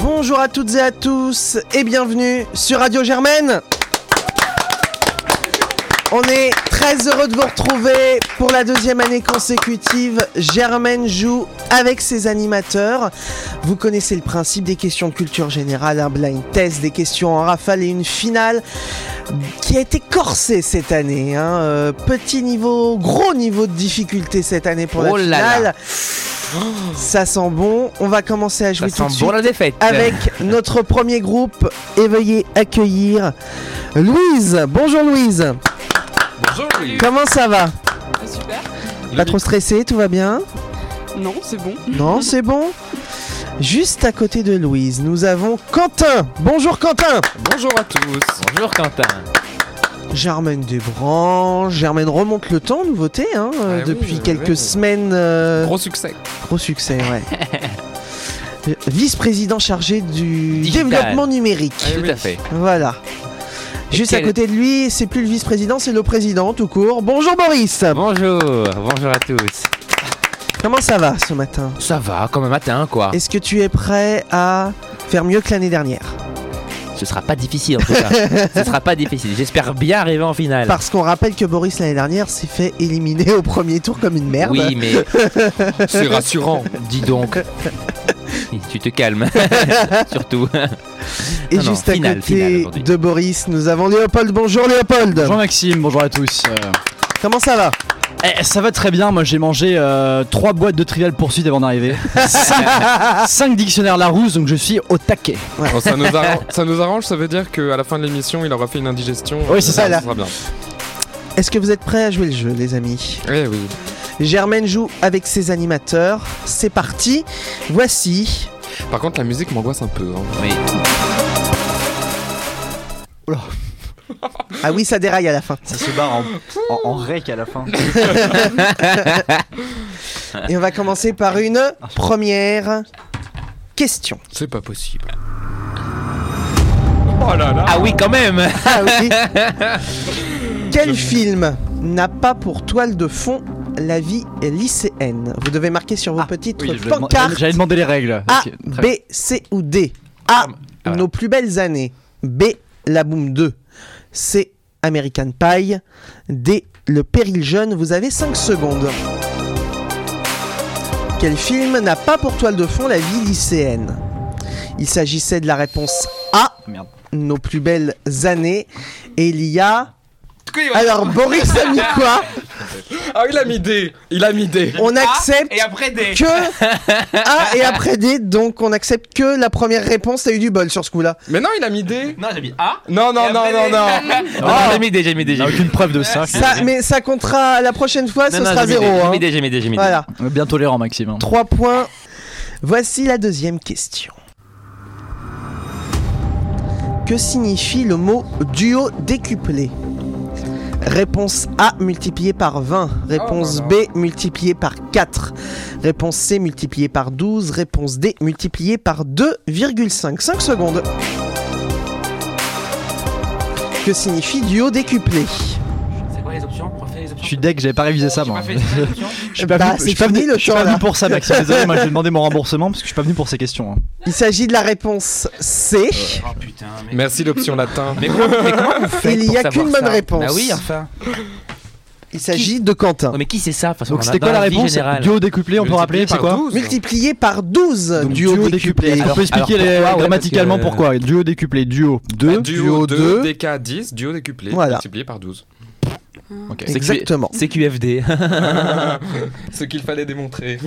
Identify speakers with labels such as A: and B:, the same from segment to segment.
A: Bonjour à toutes et à tous et bienvenue sur Radio Germaine. On est très heureux de vous retrouver pour la deuxième année consécutive. Germaine joue avec ses animateurs. Vous connaissez le principe des questions de culture générale, un blind test, des questions en rafale et une finale qui a été corsée cette année. hein. Euh, petit niveau, gros niveau de difficulté cette année pour
B: Oh
A: la
B: là là.
A: finale. Ça sent bon. On va commencer à
B: Ça
A: jouer tout de
B: sent
A: suite
B: bon la défaite.
A: avec notre premier groupe et veuillez accueillir Louise. Bonjour Louise.
C: Bonjour Louis.
A: Comment ça va
D: Super.
A: Pas trop stressé, tout va bien
D: Non, c'est bon.
A: Non, c'est bon. Juste à côté de Louise, nous avons Quentin. Bonjour Quentin.
C: Bonjour à tous.
B: Bonjour Quentin.
A: Germaine Desbranches. Germaine remonte le temps, nouveauté, hein, euh,
C: Ah oui,
A: depuis
C: oui,
A: quelques
C: oui.
A: semaines. euh,
C: Gros succès.
A: Gros succès, ouais. Euh, Vice-président chargé du
B: Digital.
A: développement numérique.
C: Ah
B: Tout
C: oui.
B: à fait.
A: Voilà. Juste à
B: quel-
A: côté de lui, c'est plus le vice-président, c'est le président tout court. Bonjour Boris.
B: Bonjour, bonjour à tous.
A: Comment ça va ce matin
B: Ça va, comme un matin quoi.
A: Est-ce que tu es prêt à faire mieux que l'année dernière
B: Ce sera pas difficile en tout cas. Ce sera pas difficile. J'espère bien arriver en finale.
A: Parce qu'on rappelle que Boris l'année dernière s'est fait éliminer au premier tour comme une merde.
B: Oui, mais c'est rassurant. Dis donc. Tu te calmes. Surtout.
A: Et
B: non, non,
A: juste à
B: finale, finale
A: côté
B: aujourd'hui.
A: de Boris, nous avons Léopold. Bonjour Léopold.
E: Bonjour Maxime, bonjour à tous. Euh,
A: Comment ça va
E: eh, ça va très bien, moi j'ai mangé euh, trois boîtes de Trivial Poursuite avant d'arriver. 5 dictionnaires Larousse, donc je suis au taquet.
C: Bon, ça, nous arrange, ça nous arrange, ça veut dire qu'à la fin de l'émission, il aura fait une indigestion.
E: Oui, c'est ça, là.
C: sera bien.
A: Est-ce que vous êtes prêts à jouer le jeu, les amis
C: Eh oui.
A: Germaine joue avec ses animateurs. C'est parti. Voici.
C: Par contre, la musique m'angoisse un peu. hein.
B: Oui.
A: Ah oui, ça déraille à la fin.
E: Ça se barre en, rec à la fin.
A: Et on va commencer par une première question.
C: C'est pas possible. Oh là là.
B: Ah oui, quand même.
A: Ah oui. Quel film n'a pas pour toile de fond la vie lycéenne Vous devez marquer sur vos
E: Ah,
A: petites pancartes
E: J'allais demander les règles.
A: A,
E: Ok, très
A: B, C ou D. A,
B: Ah, voilà.
A: Nos plus belles années. B, La Boom 2. C, American Pie. D, Le Péril Jeune. Vous avez 5 secondes. Quel film n'a pas pour toile de fond la vie lycéenne Il s'agissait de la réponse A,
E: bien. Ah, Merde.
A: nos plus belles années. Et il y a. Alors, Boris a mis quoi
C: Ah, il a mis D. Il a mis D.
A: On accepte
B: après des.
A: que A Ah, et après D, donc on accepte que la première réponse. T'as eu du bol sur ce coup-là.
C: Mais non, il a mis D.
B: Non, j'ai mis A.
C: Non, non, non, non, non.
B: j'ai mis D, j'ai mis D.
E: On a aucune preuve de ça.
B: Ah,
A: Ça- mais ça comptera la prochaine fois, ce sera zéro.
B: J'ai
A: hein.
B: mis D, j'ai mis D, j'ai mis D.
A: Voilà,
E: On est Bien tolérant Maxime. hein.
A: 3 points. Voici la deuxième question. Que signifie le mot duo décuplé Réponse A multiplié par 20. Réponse
C: Oh là
A: B multiplié par 4. Réponse C multiplié par 12. Réponse D multiplié par 2,5. 5 secondes. Que signifie duo décuplé
B: C'est quoi les options les options
E: Je suis deck, j'avais pas révisé ça moi. Je suis pas
A: Bah,
E: venu, je suis
A: c'est
E: pas venu-
A: fini le
E: je suis
A: temps,
E: pas
A: là.
E: venu pour ça Maxime, désolé, moi je vais demander mon remboursement parce que je suis pas venu pour ces questions. hein.
A: Il s'agit de la réponse C.
B: Oh putain, mais.
C: Merci l'option latin.
B: Mais comment, mais comment vous faites
A: Il
B: pour
A: y a
B: savoir
A: qu'une bonne
B: ça
A: réponse.
B: Bah oui, enfin.
A: Il s'agit de Quentin.
B: Oh, mais qui c'est ça Parce qu'on en
E: Donc
B: a
E: c'était
B: dans
E: quoi la
B: vie
E: réponse
B: générale.
E: Duo décuplé, on peut rappeler, c'est quoi
A: Multiplié par 12
E: Donc,
A: Euh, duo,
E: duo
A: décuplé.
E: décuplé.
B: Alors-
E: on peut expliquer
B: alors
E: les-
B: pourquoi, ouais,
E: grammaticalement
B: parce que-
E: pourquoi. Duo décuplé, duo 2,
C: Bah, Duo 2, DK 10, duo décuplé,
A: Voilà.
C: multiplié par 12.
B: C'est que-
A: Exactement.
B: C'est QFD.
C: Ce qu'il fallait démontrer.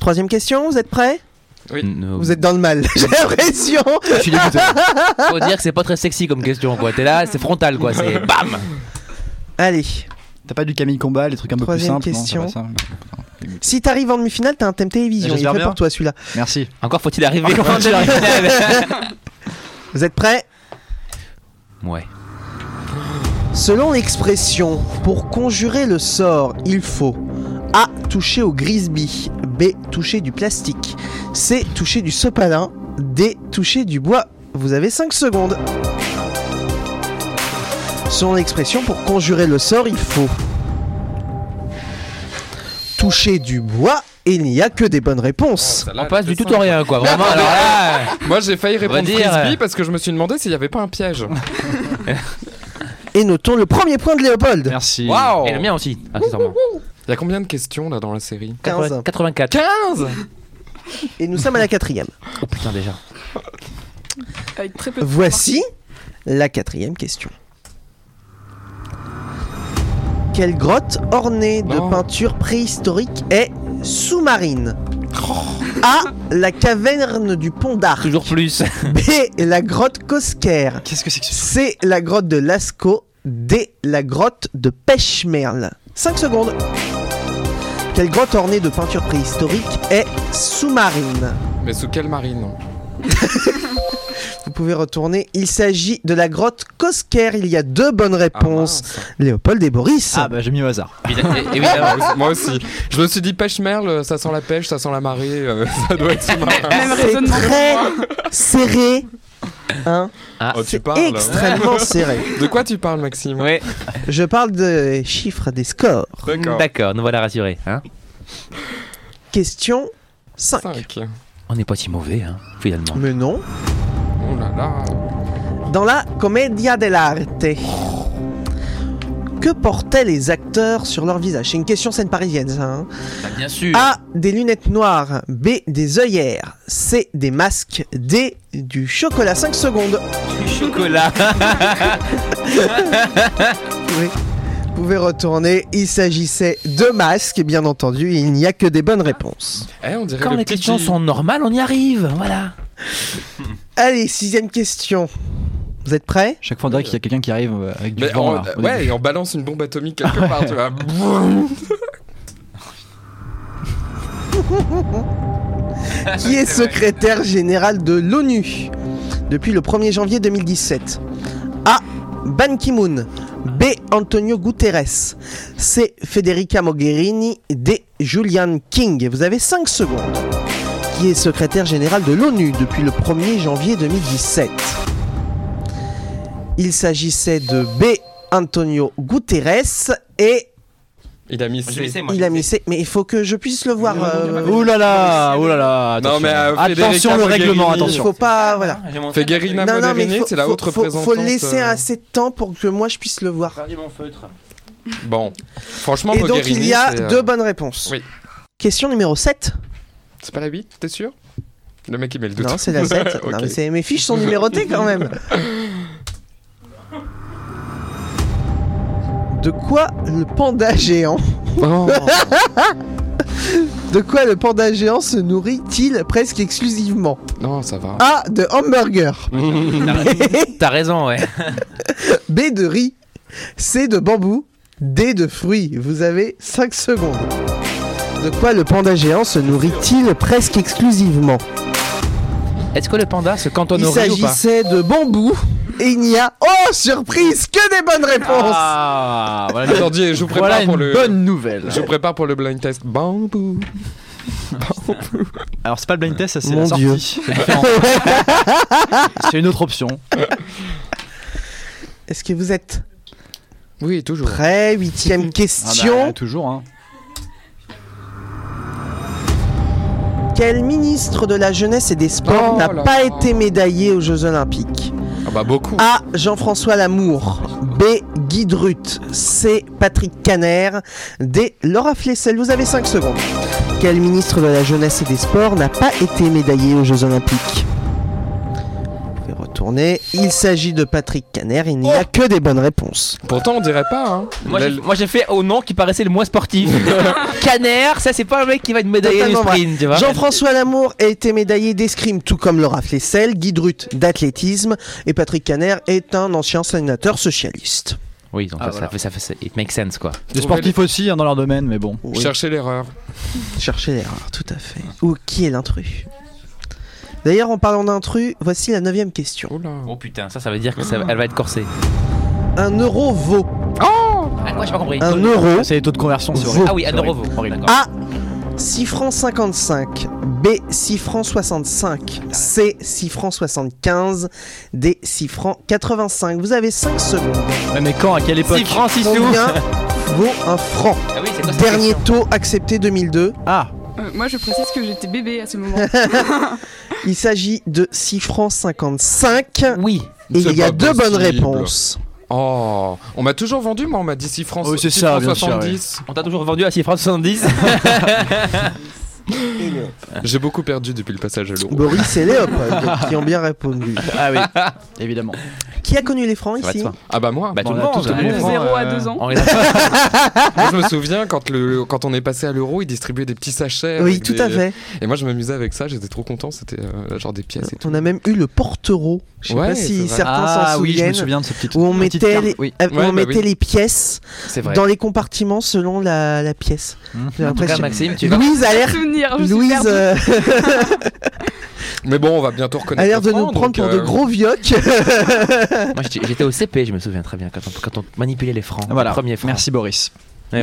A: Troisième question, vous êtes prêts
B: Vous
E: Oh.
A: Vous êtes dans le mal, j'ai l'impression.
E: Je suis dégoûté.
B: Faut dire que c'est pas très sexy comme question quoi. T'es là, c'est frontal quoi. C'est bam.
A: Allez,
E: T'as pas du Camille Combat, les trucs un peu plus
A: Troisième
E: simples non,
A: question.
E: c'est pas ça.
A: si t'arrives en demi-finale, t'as un thème télévision. Il est
E: Mm. J'espère
A: fait
E: bien.
A: pour toi celui-là.
E: Merci.
B: Encore faut-il arriver
E: Encore
B: en
E: faut-il arriver.
B: demi-finale.
A: Vous êtes prêts
B: Ouais.
A: Selon l'expression, pour conjurer le sort, il faut A. Toucher au Grisby. B. Toucher du plastique. C. Toucher du sopalin. D. Toucher du bois. Vous avez 5 secondes. Selon l'expression, pour conjurer le sort, il faut toucher du bois. et il n'y a que des bonnes réponses.
C: Celle-là,
B: On
C: elle
B: passe du
C: était
B: tout au
C: simple.
B: rien, quoi. Vraiment, alors là.
C: Moi j'ai failli répondre
B: dire,
C: frisbee
B: euh.
C: parce que je me suis demandé s'il n'y avait pas un piège.
A: Et notons le premier point de Léopold.
E: Merci.
C: Waouh
B: Et le mien aussi, Ah, accessoirement.
C: Il y a combien de questions là dans la série
A: 15.
B: 84.
C: 15
A: Et nous sommes à la quatrième.
B: Oh putain, déjà.
D: Avec très peu de
A: Voici la quatrième question. Quelle grotte ornée de
C: Oh.
A: peintures préhistoriques est sous-marine
E: Oh.
A: A. La caverne du Pont d'Arc.
B: Toujours plus.
A: B. La grotte Cosquer.
E: Qu'est-ce que c'est que ce
A: C. La grotte de Lascaux. D. La grotte de Pêche-Merle. 5 secondes. Quelle grotte ornée de peintures préhistoriques est sous-marine
C: Mais sous quelle marine
A: Vous pouvez retourner. Il s'agit de la grotte Cosquer. Il y a deux bonnes
C: Ah,
A: réponses.
C: mince.
A: Léopold et Boris.
E: Ah bah j'ai mis au hasard.
B: Évidemment.
C: Ah,
B: évidemment.
C: moi aussi- Moi aussi. Je me suis dit pêche-merle, ça sent la pêche, ça sent la marée, euh, ça doit être sous-marin.
D: Même
A: C'est
D: raisonnement.
A: très serré. Hein
B: Ah,
C: Oh, tu
A: C'est
C: parles.
A: extrêmement serré.
C: De quoi tu parles, Maxime
B: Ouais,
A: Je parle des chiffres des scores.
B: d'accord, nous voilà rassurés. Hein
A: Question 5.
C: 5.
B: On n'est pas si mauvais, hein, finalement.
A: Mais non.
C: Oh là là.
A: Dans la Commedia dell'arte. Que portaient les acteurs sur leur visage C'est une question scène parisienne, ça. hein.
B: Bah, bien sûr.
A: A. Des lunettes noires. B. Des œillères. C. Des masques. D. Du chocolat. 5 secondes.
B: Du chocolat.
A: Vous pouvez retourner. Il s'agissait de masques, et bien entendu. Il n'y a que des bonnes réponses.
C: Eh, on dirait
B: Quand
C: le
B: les
C: petit
B: questions
C: J.
B: sont normales, on y arrive. Voilà.
A: Allez, sixième question. Vous êtes prêts
E: Chaque fois on dirait qu'il y a quelqu'un qui arrive euh, avec du
C: Mais
E: vent.
C: on-
E: là, au
C: ouais,
E: début.
C: et on balance une bombe atomique quelque part, tu vois. Brouh.
A: Qui est secrétaire général de l'ONU depuis le 1er janvier 2017 A. Ban Ki-moon. B. Antonio Guterres. C. Federica Mogherini. D. Julian King. Vous avez 5 secondes. Qui est secrétaire général de l'ONU depuis le 1er janvier 2017 Il s'agissait de B. Antonio Guterres et
C: Il a mis ses-
A: il a mis C. Mais il faut que je puisse le voir. euh,
E: Ouh là là, oh là là.
C: Non,
E: attention.
C: mais, euh, Federica
E: attention le
C: Mogherini,
E: règlement,
A: il
E: attention.
A: faut pas. Voilà.
C: Fegherina
A: Non, non, mais
C: Mogherini,
A: faut-
C: c'est la
A: faut-
C: haute
A: faut-
C: représentante.
A: Faut laisser
C: euh,
A: assez de temps pour que moi je puisse le voir.
B: mon feutre.
C: Bon, franchement,
A: Et donc
C: Mogherini,
A: il y a
C: c'est, euh,
A: deux bonnes réponses.
C: oui.
A: Question numéro 7.
C: C'est pas la 8, t'es sûr Le mec, il met le doute.
A: Non, c'est la 7.
C: Ok.
A: Non, mais c'est- mes fiches sont numérotées quand même. De quoi le panda géant
C: Oh.
A: De quoi le panda géant se nourrit-il presque exclusivement
C: Non, ça va.
A: A. De hamburger.
B: T'as raison, ouais.
A: B. De riz. C. De bambou. D. De fruits. Vous avez 5 secondes. De quoi le panda géant se nourrit-il presque exclusivement
B: Est-ce que le panda se cantonne
A: Il
B: au riz ou pas
A: s'agissait de bambou et il n'y a, oh surprise, que des bonnes réponses
E: Ah, voilà,
C: Attendez, je vous prépare
E: voilà une
C: pour le.
E: bonne nouvelle.
C: Je vous prépare pour le blind test. Bambou.
E: Alors c'est pas le blind test, ça c'est
A: Mon
E: la sortie.
A: Dieu.
E: C'est différent. C'est une autre option. Ah,
A: Est-ce que vous êtes
C: Oui, toujours.
A: prêts Huitième
E: Ah bah,
A: question.
E: toujours hein.
A: Quel ministre de la jeunesse et des sports
C: Oh
A: n'a
C: là
A: pas
C: là.
A: été médaillé aux Jeux Olympiques
C: Ah bah beaucoup.
A: A. Jean-François Lamour. B. Guy Drut. C. Patrick Caner. D. Laura Flessel. Vous avez 5 secondes. Quel ministre de la Jeunesse et des Sports n'a pas été médaillé aux Jeux Olympiques Je vais retourner. Il s'agit de Patrick Caner. Il n'y a que des bonnes réponses.
C: Pourtant, on dirait pas. Hein.
B: Moi,
C: La-
B: j'ai- moi, j'ai fait au nom qui paraissait le moins sportif. Caner, ça c'est pas un mec qui va être médaillé du
A: Totalement vrai.
B: sprint, tu vois.
A: Jean-François Lamour a été médaillé d'escrime, tout comme Laura Flessel, Guy Drut d'athlétisme et Patrick Caner est un ancien sénateur socialiste.
B: Oui, donc
E: Ah,
B: ça,
E: voilà.
B: fait, ça fait, ça- it makes sense quoi.
E: Les sportifs aussi hein, dans leur domaine, mais bon.
A: Oui.
C: Chercher l'erreur.
A: Chercher l'erreur, tout à fait. Ou qui est l'intrus D'ailleurs, en parlant d'intrus, voici la neuvième question.
C: Oula.
B: Oh putain, ça, ça veut dire que ça, elle va être corsée.
A: Un euro vaut
B: Ah, moi j'ai pas compris.
A: un euro
E: C'est les taux de conversion, c'est
A: Vaut.
E: vrai.
B: Ah oui, un euro vaut. D'accord.
A: A 6 francs 55, B 6 francs 65, C 6 francs 75, D 6 francs 85. Vous avez 5 secondes.
E: Ouais, Ah, mais quand, à quelle époque
B: 6 francs, 6 sous.
A: Combien vaut un franc
B: Ah oui, c'est quoi cette
A: Dernier
B: question
A: taux accepté 2002.
E: Ah,
D: Ah, Euh, moi, je précise que j'étais bébé à ce moment.
A: Il s'agit de 6 francs 55
B: Oui.
A: et il
C: C'est
A: y a
C: pas
A: deux bonnes
C: possible.
A: réponses.
C: Oh, on m'a toujours vendu, moi, on m'a dit 6 francs,
E: Oh, c'est
C: 6
E: ça,
C: francs
E: bien sûr,
C: 70.
B: On t'a toujours vendu à 6 francs 70.
C: J'ai beaucoup perdu depuis le passage à l'euro.
A: Boris et Léopold qui ont bien répondu.
E: Ah oui, évidemment.
A: Qui a connu les francs
B: Ça va de
A: ici
B: soi.
C: Ah bah moi,
B: Bah, tout
E: Bon,
B: le
E: là,
B: monde.
E: tout le
D: De
E: monde.
B: hein.
D: 0 à
E: euh,
D: 2 ans.
B: On les a pas-
C: Moi, je me souviens quand, le, quand on est passé à l'euro, ils distribuaient des petits sachets.
A: Oui,
C: avec
A: tout
C: des-
A: à fait.
C: Et moi, je m'amusais avec ça, j'étais trop content, c'était euh, genre des pièces et tout.
A: On a même eu le portereau. Je sais
C: Ouais,
A: pas
C: c'est
A: si
C: vrai.
A: certains
E: ah
A: s'en
E: oui, je me
A: souviennent.
E: souviens de cette petite.
A: où on
E: petite
A: mettait,
E: carte,
A: les,
E: Oui.
A: euh, où
C: Ouais,
A: on
C: bah
A: mettait
C: oui.
A: les pièces
B: C'est vrai.
A: dans les compartiments selon la, la pièce.
E: Mmh.
A: J'ai
B: En tout cas,
A: l'impression.
B: Maxime, tu vas.
A: Louise a l'air.
D: Souvenir, je suis
A: Louise
D: perdue.
A: euh,
C: Mais bon, on va bientôt reconnaître.
A: a l'air de
C: les
A: nous
C: francs,
A: prendre
C: donc,
A: pour de
C: euh,
A: gros vioques.
B: Moi, j'étais j'étais au CP, je me souviens très bien, quand on, quand on manipulait les francs.
E: Ah, Voilà.
B: les premiers francs.
E: Merci Boris.
B: Eh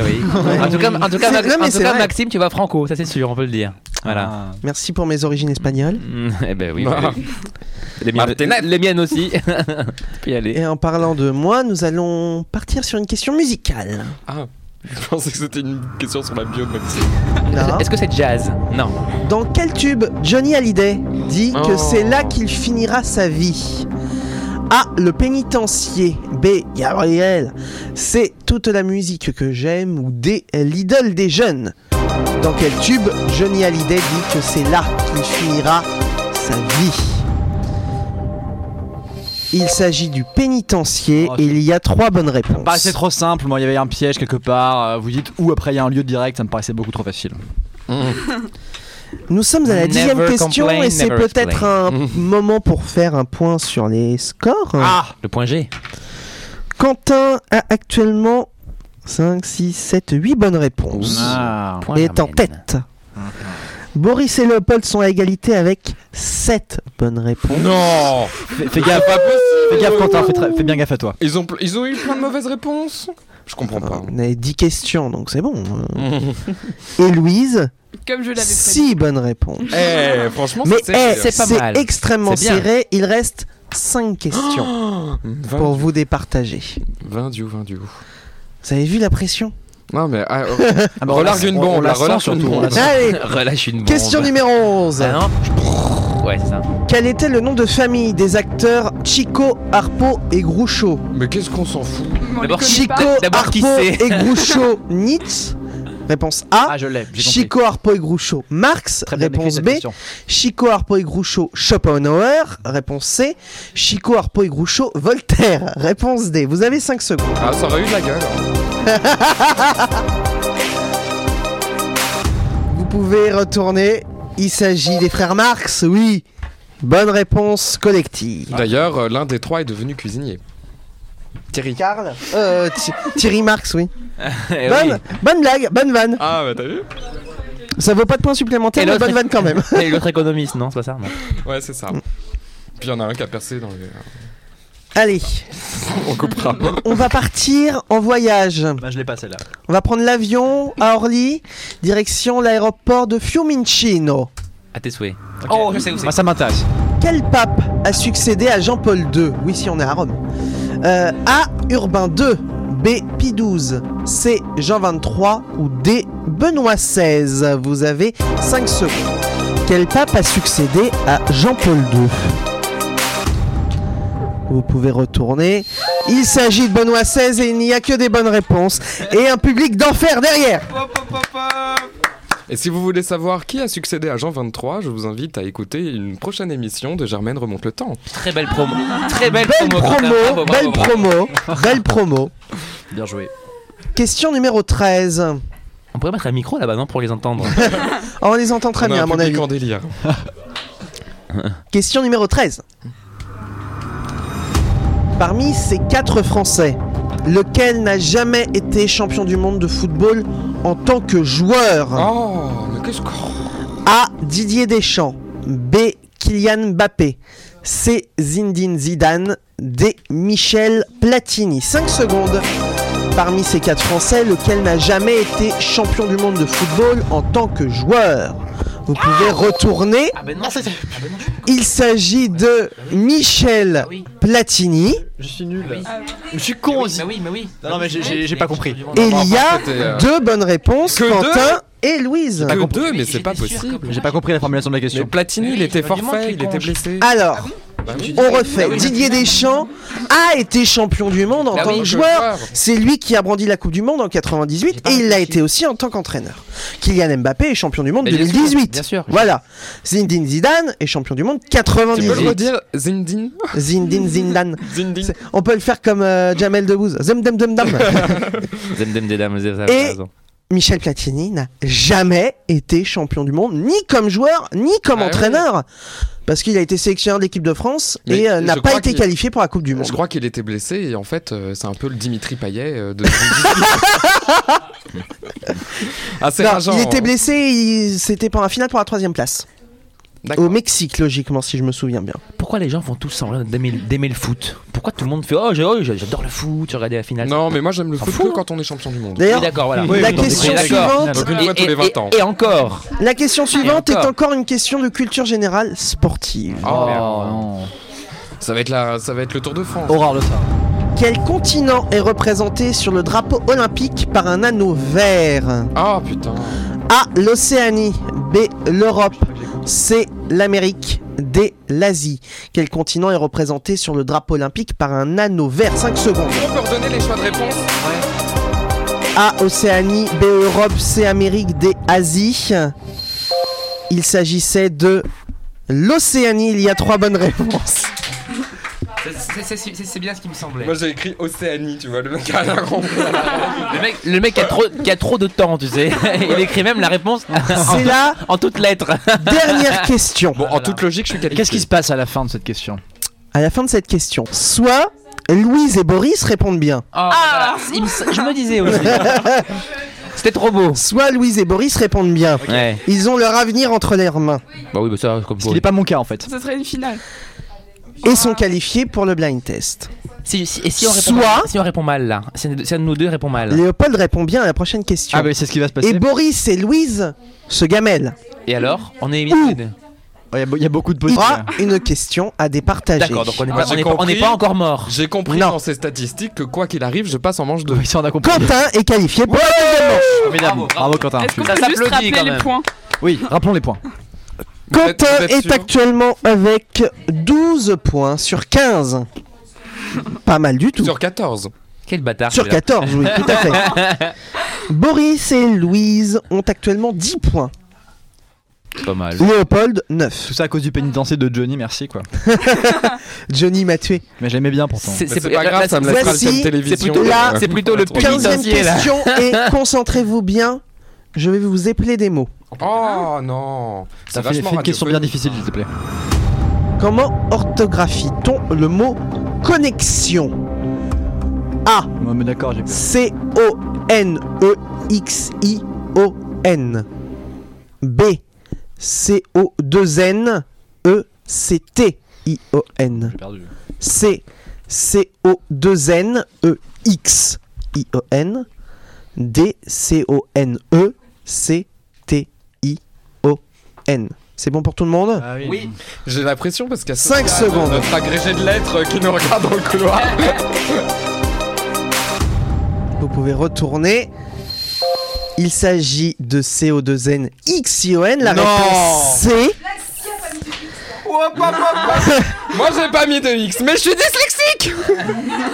B: oui. en tout cas, en
A: C'est-
B: tout cas,
A: non,
B: Max-
A: mais
B: en tout
A: c'est
B: cas,
A: vrai.
B: Maxime, tu vas franco, ça c'est sûr, on peut le dire. Voilà.
E: Ah.
A: Merci pour mes origines espagnoles.
B: Mm, eh ben oui.
C: Ah.
B: oui. Les,
A: Ah,
B: miennes,
C: Martinez.
B: les miennes aussi. Tu peux y aller.
A: Et en parlant de moi, nous allons partir sur une question musicale.
C: Ah, je pensais que c'était une question sur la bio de Maxime.
A: Non.
B: Est-ce que c'est jazz Non.
A: Dans quel tube Johnny Hallyday dit que
C: Oh.
A: c'est là qu'il finira sa vie A. Le pénitencier. B. Gabriel. C. Toute la musique que j'aime. Ou D. L'idole des jeunes. Dans quel tube Johnny Hallyday dit que c'est là qu'il finira sa vie Il s'agit du pénitencier
E: Oh,
A: et il y a trois bonnes réponses.
E: Paraissait trop simple, moi il y avait un piège quelque part, euh, vous dites où après il y a un lieu direct, ça me paraissait beaucoup trop facile.
A: Nous sommes à la
B: Never
A: dixième question
B: complain,
A: et c'est
B: never
A: peut-être un moment pour faire un point sur les scores.
E: Ah,
B: Le point G.
A: Quentin a actuellement 5, 6, 7, 8 bonnes réponses.
E: Ah.
B: Point
A: et est en
B: Germaine.
A: tête. Boris et Léopold sont à égalité avec 7 bonnes réponses.
C: Non
E: Fais, fais gaffe,
C: Pas possible
E: fais gaffe Quentin, fais, très- fais bien gaffe à toi.
C: ils ont, pl- ils ont eu plein de mauvaises réponses Je comprends pas.
A: On avait 10 questions, donc c'est bon. hein. Et Louise,
D: Comme je l'avais prédit.
A: 6 bonnes réponses.
C: Eh, franchement,
A: Ah. Mais
C: ça,
A: eh,
B: c'est pas
A: c'est
B: mal.
A: extrêmement
B: C'est bien.
A: serré. Il reste 5 questions pour
C: 20,
A: vous départager.
C: 20 du 20 du
A: Vous avez vu la pression
C: Non, mais. ah, oh.
E: Ah
C: bah, on Relargue la- une on- bombe, on la la sent relargue surtout, surtout. on la sent.
A: Allez,
B: Relâche une bombe.
A: question numéro 11.
B: bah. Ah non Ouais, c'est ça.
A: Quel était le nom de famille des acteurs Chico, Harpo et Groucho
C: mais qu'est-ce qu'on s'en fout
D: On les
B: D'abord,
D: connaît
A: Chico,
D: pas.
B: D'abord, qui
A: Harpo
B: c'est
A: et Groucho Nietzsche. Réponse A.
E: Ah je l'ai, j'ai compris.
A: Chico, Harpo et Groucho Marx.
E: Très bien écrit,
A: réponse
E: cette
A: B.
E: question.
A: Chico, Harpo et Groucho Schopenhauer. Réponse C. Chico, Harpo et Groucho Voltaire. Réponse D. Vous avez 5 secondes.
C: Ah, ça aurait eu de la gueule.
A: Vous pouvez retourner. Il s'agit des frères Marx, oui. Bonne réponse collective.
C: D'ailleurs, euh, l'un des trois est devenu cuisinier. Thierry.
A: Karl euh, Thi- Thierry Marx, oui.
B: Eh
A: Bonne, bonne blague, bonne vanne.
C: Ah, bah t'as vu
A: Ça vaut pas de points supplémentaires,
B: Et
A: mais
B: l'autre-
A: bonne vanne quand même.
B: oui. Et l'autre économiste, non C'est pas ça non.
C: Ouais, c'est ça. Puis il y en a un qui a percé dans les. euh.
A: Allez,
C: On coupera.
A: on va partir en voyage.
E: Bah je l'ai pas celle-là.
A: On va prendre l'avion à Orly, direction l'aéroport de Fiumicino.
B: À tes souhaits.
E: Oh, je sais où c'est. Moi ça m'intéresse.
A: Quel pape a succédé à Jean-Paul II Oui, si on est à Rome. Euh, a. Urbain II. B. Pie XII. C. Jean XXIII. Ou D. Benoît XVI. Vous avez 5 secondes. Quel pape a succédé à Jean-Paul II Vous pouvez retourner. Il s'agit de Benoît XVI et il n'y a que des bonnes réponses. Et un public d'enfer derrière.
C: Et si vous voulez savoir qui a succédé à Jean 23, je vous invite à écouter une prochaine émission de Germaine remonte le temps.
B: Très belle promo. Très belle,
A: Belle
B: promo. Quentin. Bravo,
A: promo,
B: bravo,
A: belle
B: bravo.
A: promo, belle promo.
E: Bien joué.
A: Question numéro 13.
B: On pourrait mettre un micro là-bas, non Pour les entendre.
A: Oh, on les entend très
C: On a
A: bien,
C: un
A: à mon
C: public
A: avis.
C: en délire.
A: Question numéro 13. Parmi ces quatre Français, lequel n'a jamais été champion du monde de football en tant que joueur
C: Oh, mais qu'est-ce qu'on.
A: A. Didier Deschamps. B. Kylian Mbappé. C. Zinedine Zidane. D. Michel Platini. 5 secondes. Parmi ces quatre Français, lequel n'a jamais été champion du monde de football en tant que joueur Vous pouvez retourner.
B: Ah ben non, c'est. Ah ben non, Ah
A: Il s'agit de Michel
B: oui.
A: Platini
E: Je suis nul.
D: Ah,
E: Je suis con
B: oui.
E: Non, non, mais j'ai- j'ai j'ai pas compris.
A: et il y
C: Bon,
A: a
C: après, c'était, euh,
A: deux bonnes réponses.
C: que
A: Quentin et Louise.
C: Pas
A: Ah,
C: que
E: compris.
C: deux, mais c'est
F: J'étais
C: pas
F: sûre
C: possible.
F: que-
E: J'ai pas compris la formulation de la
C: Mais
E: question.
C: Platini,
F: Oui,
C: il était
F: bah, dis-moi
C: forfait,
F: qu'il
C: il était
F: conche.
C: blessé.
A: Alors,
C: Bah oui.
A: on refait.
F: oui.
A: Didier Deschamps a été champion du monde en
B: Bah
A: tant
B: oui.
A: que joueur. C'est lui qui a brandi la Coupe du Monde en 98 et
F: pas
A: il l'a
F: réfléchi.
A: été aussi en tant qu'entraîneur. Kylian Mbappé est champion du monde
B: Mais bien sûr,
A: 2018.
B: bien sûr.
A: Voilà. Zinedine Zidane est champion du monde
C: Tu peux le
A: 98.
C: redire Zindine
A: Zinedine Zidane.
C: Zindine
A: C'est- On peut le faire comme euh, Jamel Debbouze. Zum dum dum dum.
B: Zem, dem, des dames, des dames,
A: Et-
B: raison.
A: Michel Platini n'a jamais été champion du monde, ni comme joueur, ni comme
C: Ah oui.
A: entraîneur. Parce qu'il a été sélectionneur de l'équipe de France
C: Mais
A: et euh,
C: je
A: n'a
C: crois
A: pas été
C: qu'il-
A: qualifié pour la Coupe du Monde.
C: Je crois qu'il était blessé et en fait, euh, c'est un peu le Dimitri Payet euh, de Zindine. Ah, c'est
A: Non,
C: rageant.
A: il était blessé, il- c'était pour la finale pour la troisième place.
C: D'accord.
A: Au Mexique, logiquement, si je me souviens bien.
B: Pourquoi les gens font tous hein, semblant d'aimer d'aimer le foot Pourquoi tout le monde fait Oh, j'ai- oh, j'adore le foot, j'ai regardé la finale.
C: Non, mais moi j'aime le
B: S'en
C: foot
B: fout,
C: que
B: hein.
C: quand on est champion du monde.
B: Oui,
A: D'ailleurs,
B: d'accord, voilà.
A: Oui, la question
B: Oui, d'accord.
A: suivante,
C: Une fois tous les 20 ans.
B: et encore.
A: la question suivante
B: encore.
A: est encore une question de culture générale sportive.
C: Oh, merde.
E: non.
C: Ça va être la, ça va être le Tour de France.
B: Oh.
E: Horreur de ça.
A: Quel continent est représenté sur le drapeau olympique par un anneau vert
C: Ah putain.
A: A. L'Océanie. B. L'Europe. C. L'Amérique. D. L'Asie. Quel continent est représenté sur le drapeau olympique par un anneau vert 5 secondes.
C: On peut redonner les choix de réponse
A: A. Océanie. B. Europe. C. Amérique. D. Asie. Il s'agissait de l'Océanie. Il y a trois bonnes réponses.
F: C'est- c'est- C'est c'est bien ce qui me semblait.
C: Moi j'ai écrit Océanie, tu vois, le mec a la rampe.
B: Le mec, le mec a, trop, qui a trop de temps, tu sais. Il écrit même la réponse
A: C'est
B: en,
A: la
B: en toutes lettres.
A: dernière question.
C: Bon, en toute logique, je suis
E: Qu'est-ce qui se passe à la fin de cette question
A: À la fin de cette question, soit Louise et Boris répondent bien,
B: Ah, il me- Je me disais aussi. C'était trop beau.
A: soit Louise et Boris répondent bien.
B: Ouais.
A: Ils ont leur avenir entre leurs mains.
B: Bah oui, bah ça, comme
E: Ce qui n'est pas mon cas en fait.
D: Ça serait une finale.
A: et sont qualifiés pour le blind test.
B: Si, si- et si on, répond
A: Soit-
B: mal, si on répond mal là Si un de si un de nous deux répond mal
A: Léopold répond bien à la prochaine question.
E: Ah, mais c'est ce qui va se passer.
A: et
E: Il
A: Boris et Louise se gamellent.
B: Et alors On est éliminé
A: Ouh.
B: les deux.
E: y, a be- il y a beaucoup de
A: Il y
E: possibles.
A: aura Ah. une question à départager.
B: D'accord, donc on n'est
C: Ah,
B: pas,
C: j'ai
B: on est pas- on n'est
C: compris.
B: pas encore mort.
C: J'ai compris
A: Non.
C: dans ces statistiques que quoi qu'il arrive, je passe en manche de.
E: Ah, Oui, ça on a compris.
A: Quentin est qualifié pour la deuxième manche.
E: Formidable.
B: Bravo,
E: Bravo,
B: bravo.
E: Quentin.
D: Est-ce qu'on
B: Ça
D: peut juste
B: s'applaudit
D: rappeler
B: quand
D: les
B: même.
D: points
E: Oui, rappelons les points.
A: Quentin
C: Vous êtes- vous êtes
A: est
C: sûr
A: actuellement avec 12 points sur 15. Pas mal du tout.
C: Sur 14.
B: Quel bâtard.
A: Sur
B: celui-là.
A: 14, oui, tout à fait. Boris et Louise ont actuellement 10 points.
B: Pas mal.
A: Léopold, 9.
E: Tout ça à cause du pénitencier de Johnny, merci quoi.
A: Johnny m'a tué.
E: Mais j'aimais bien pourtant.
C: Mais C'est pas grave, ça me laissera le
A: voici-
C: thème
A: c'est
C: télévision.
A: plutôt là,
B: c'est plutôt le pub.
A: 15
B: Pénitencier, là.
A: question et concentrez-vous bien. Je vais vous épeler des mots.
C: Oh non.
E: Ça
C: C'est
E: fait,
C: vachement
E: fait une question bien
C: radiophonique.
E: difficile, s'il te plaît.
A: Comment orthographie-t-on le mot connexion A.
E: Moi, mais d'accord, j'ai
A: E C-O-N-E-X-I-O-N. B. E C-O-2-N-E-C-T-I-O-N.
E: perdu.
A: C. E C-O-2-N-E-X-I-O-N. D. E C-O-N-E-C-T-I-O-N. C'est bon pour tout le monde
E: Ah
B: Oui.
C: J'ai la pression parce qu'il y a
A: Cinq
C: Sofiane,
A: secondes.
C: Notre agrégé de lettres euh, qui nous regarde dans le couloir.
A: Vous pouvez retourner. Il s'agit de CO2NXION. La
C: Non.
A: réponse C.
C: Moi j'ai pas mis de X, mais je suis dyslexique.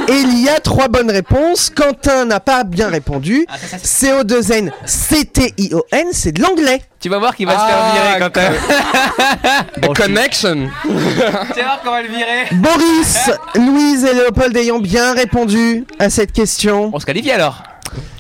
A: Et il y a trois bonnes réponses. Quentin n'a pas bien répondu.
F: Ah, ça, ça, ça-
A: CO2NCTION, c'est de l'anglais.
B: Tu vas voir qu'il va se
C: Ah,
B: faire virer quand même.
C: The connection.
F: Tu vas voir qu'on va le virer.
A: Boris, Louise et Léopold ayant bien répondu à cette question.
B: On se qualifie alors.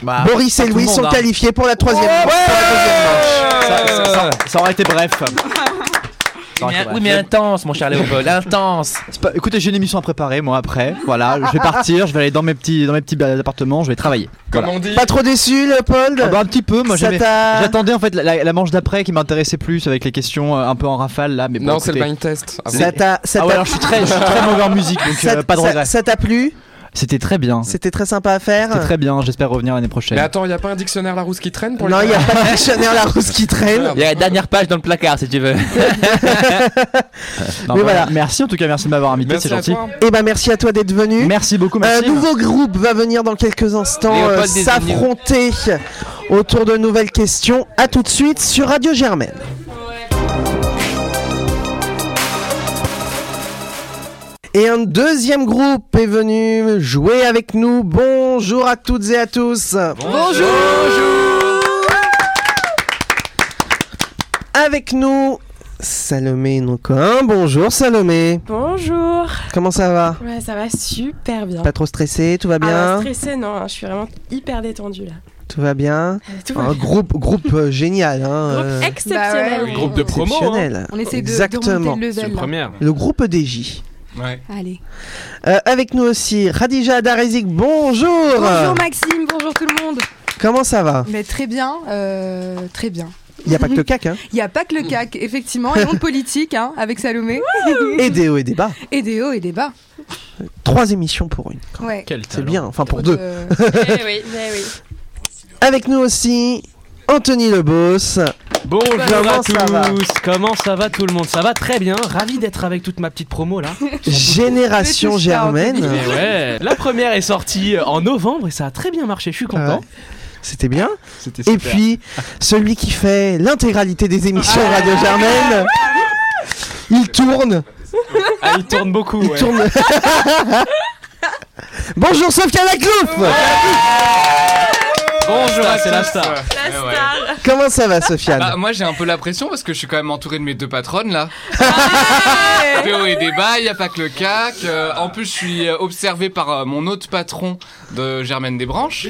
A: Boris et
E: tout le
A: Louise
E: monde,
A: sont
E: hein. Oh.
A: qualifiés pour la troisième pour la deuxième manche.
E: Ça, ça- ça- ça aurait été bref. Ça
C: Ah,
E: aurait été
B: Mais-
E: bref.
B: oui, mais intense, mon cher Léopold, intense.
E: C'est pas- Écoutez, j'ai une émission à préparer, moi après. Voilà, je vais partir, je vais aller dans mes petits, dans mes petits euh, appartements, je vais travailler.
C: Comme on dit.
A: Pas trop déçu, Léopold
E: Ah bah, un petit peu, moi
A: Ça
E: j'avais-
A: t'a-
E: J'attendais en fait la, la- la manche d'après qui m'intéressait plus avec les questions euh, un peu en rafale là, mais bon,
C: Non, c'est le
E: écoutez.
C: blind test. Ah bon.
A: Ça t'a ça
E: Ah ouais,
A: t'a-
E: alors je suis très, je suis très mauvais en musique, donc
A: ça-
E: euh, pas de
A: ça-
E: regret.
A: ça t'a plu
E: C'était très bien.
A: C'était très sympa à faire.
E: C'était très bien, j'espère revenir l'année prochaine.
C: Mais attends, y a pas un dictionnaire Larousse qui traîne pour
A: Non,
C: les
A: il n'y a pas de dictionnaire Larousse qui traîne.
B: Il y a la dernière page dans le placard si tu veux.
E: Non,
A: mais
E: bah,
A: voilà.
E: Merci en tout cas, merci de m'avoir invité, c'est
C: Merci à
E: gentil.
C: toi.
A: Eh ben, merci à toi d'être venu. Euh,
E: Merci beaucoup,
A: Un
E: merci.
A: nouveau groupe va venir dans quelques instants euh,
B: Léopold des
A: s'affronter autour de nouvelles questions. À tout de suite sur Radio Germaine. Et un deuxième groupe est venu jouer avec nous. Bonjour à toutes et à tous.
B: Bonjour.
A: Avec nous, Salomé Noncoin. Bonjour Salomé.
G: Bonjour
A: Comment ça va
G: Ouais, ça va super bien.
A: Pas trop stressé Tout va
G: Ah,
A: bien
G: stressé, non, hein, je suis vraiment hyper détendue là.
A: Tout va bien
G: Euh, Tout va
A: Un groupe, groupe euh, génial. Hein,
G: Groupe
A: euh,
G: exceptionnel.
D: Bah ouais, oui.
F: Groupe de promo. hein.
A: exceptionnel.
D: On essaie de, de
A: Exactement.
D: remonter le
F: C'est
D: level.
F: une
D: là.
F: première.
A: Le groupe DJ.
F: Ouais.
H: Allez.
A: Euh, avec nous aussi, Radija Darezik, bonjour
H: Bonjour Maxime, bonjour tout le monde.
A: Comment ça va
H: Mais très bien, euh, très bien. Mm.
A: Il n'y a pas que le cac, hein
H: Il n'y a pas que le CAC, effectivement, et monde politique, hein, avec Salomé,
A: Et des hauts et des bas.
H: et des hauts et des bas.
A: Trois émissions pour une.
H: Ouais.
E: Quel
A: C'est bien, enfin pour deux.
H: Euh,
G: Eh oui, eh oui.
A: Avec nous aussi, Anthony Le Boss.
I: Bonjour
A: Comment
I: à
A: ça va
I: tous, comment ça va tout le monde Ça va très bien, ravi d'être avec toute ma petite promo là.
A: Génération
H: Mais tout ça,
A: Germaine.
I: Mais Eh ouais, la première est sortie euh, en novembre et ça a très bien marché, je suis content.
A: Ouais. C'était bien.
I: C'était
A: Et puis, celui qui fait l'intégralité des émissions Radio Germaine, il tourne.
I: Ah, il tourne beaucoup,
A: Il
I: ouais.
A: tourne. Bonjour Sofia Laclouf
I: Bonjour, ah, c'est la star. Ah,
G: La
F: Ouais, ouais.
G: star.
A: Comment ça va Sofiane
F: Bah, moi j'ai un peu la pression parce que je suis quand même entouré de mes deux patronnes là. Des hauts et des bas, y a pas que le CAC. Euh, en plus, je suis euh, observé par euh, mon autre patron de Germaine Desbranches.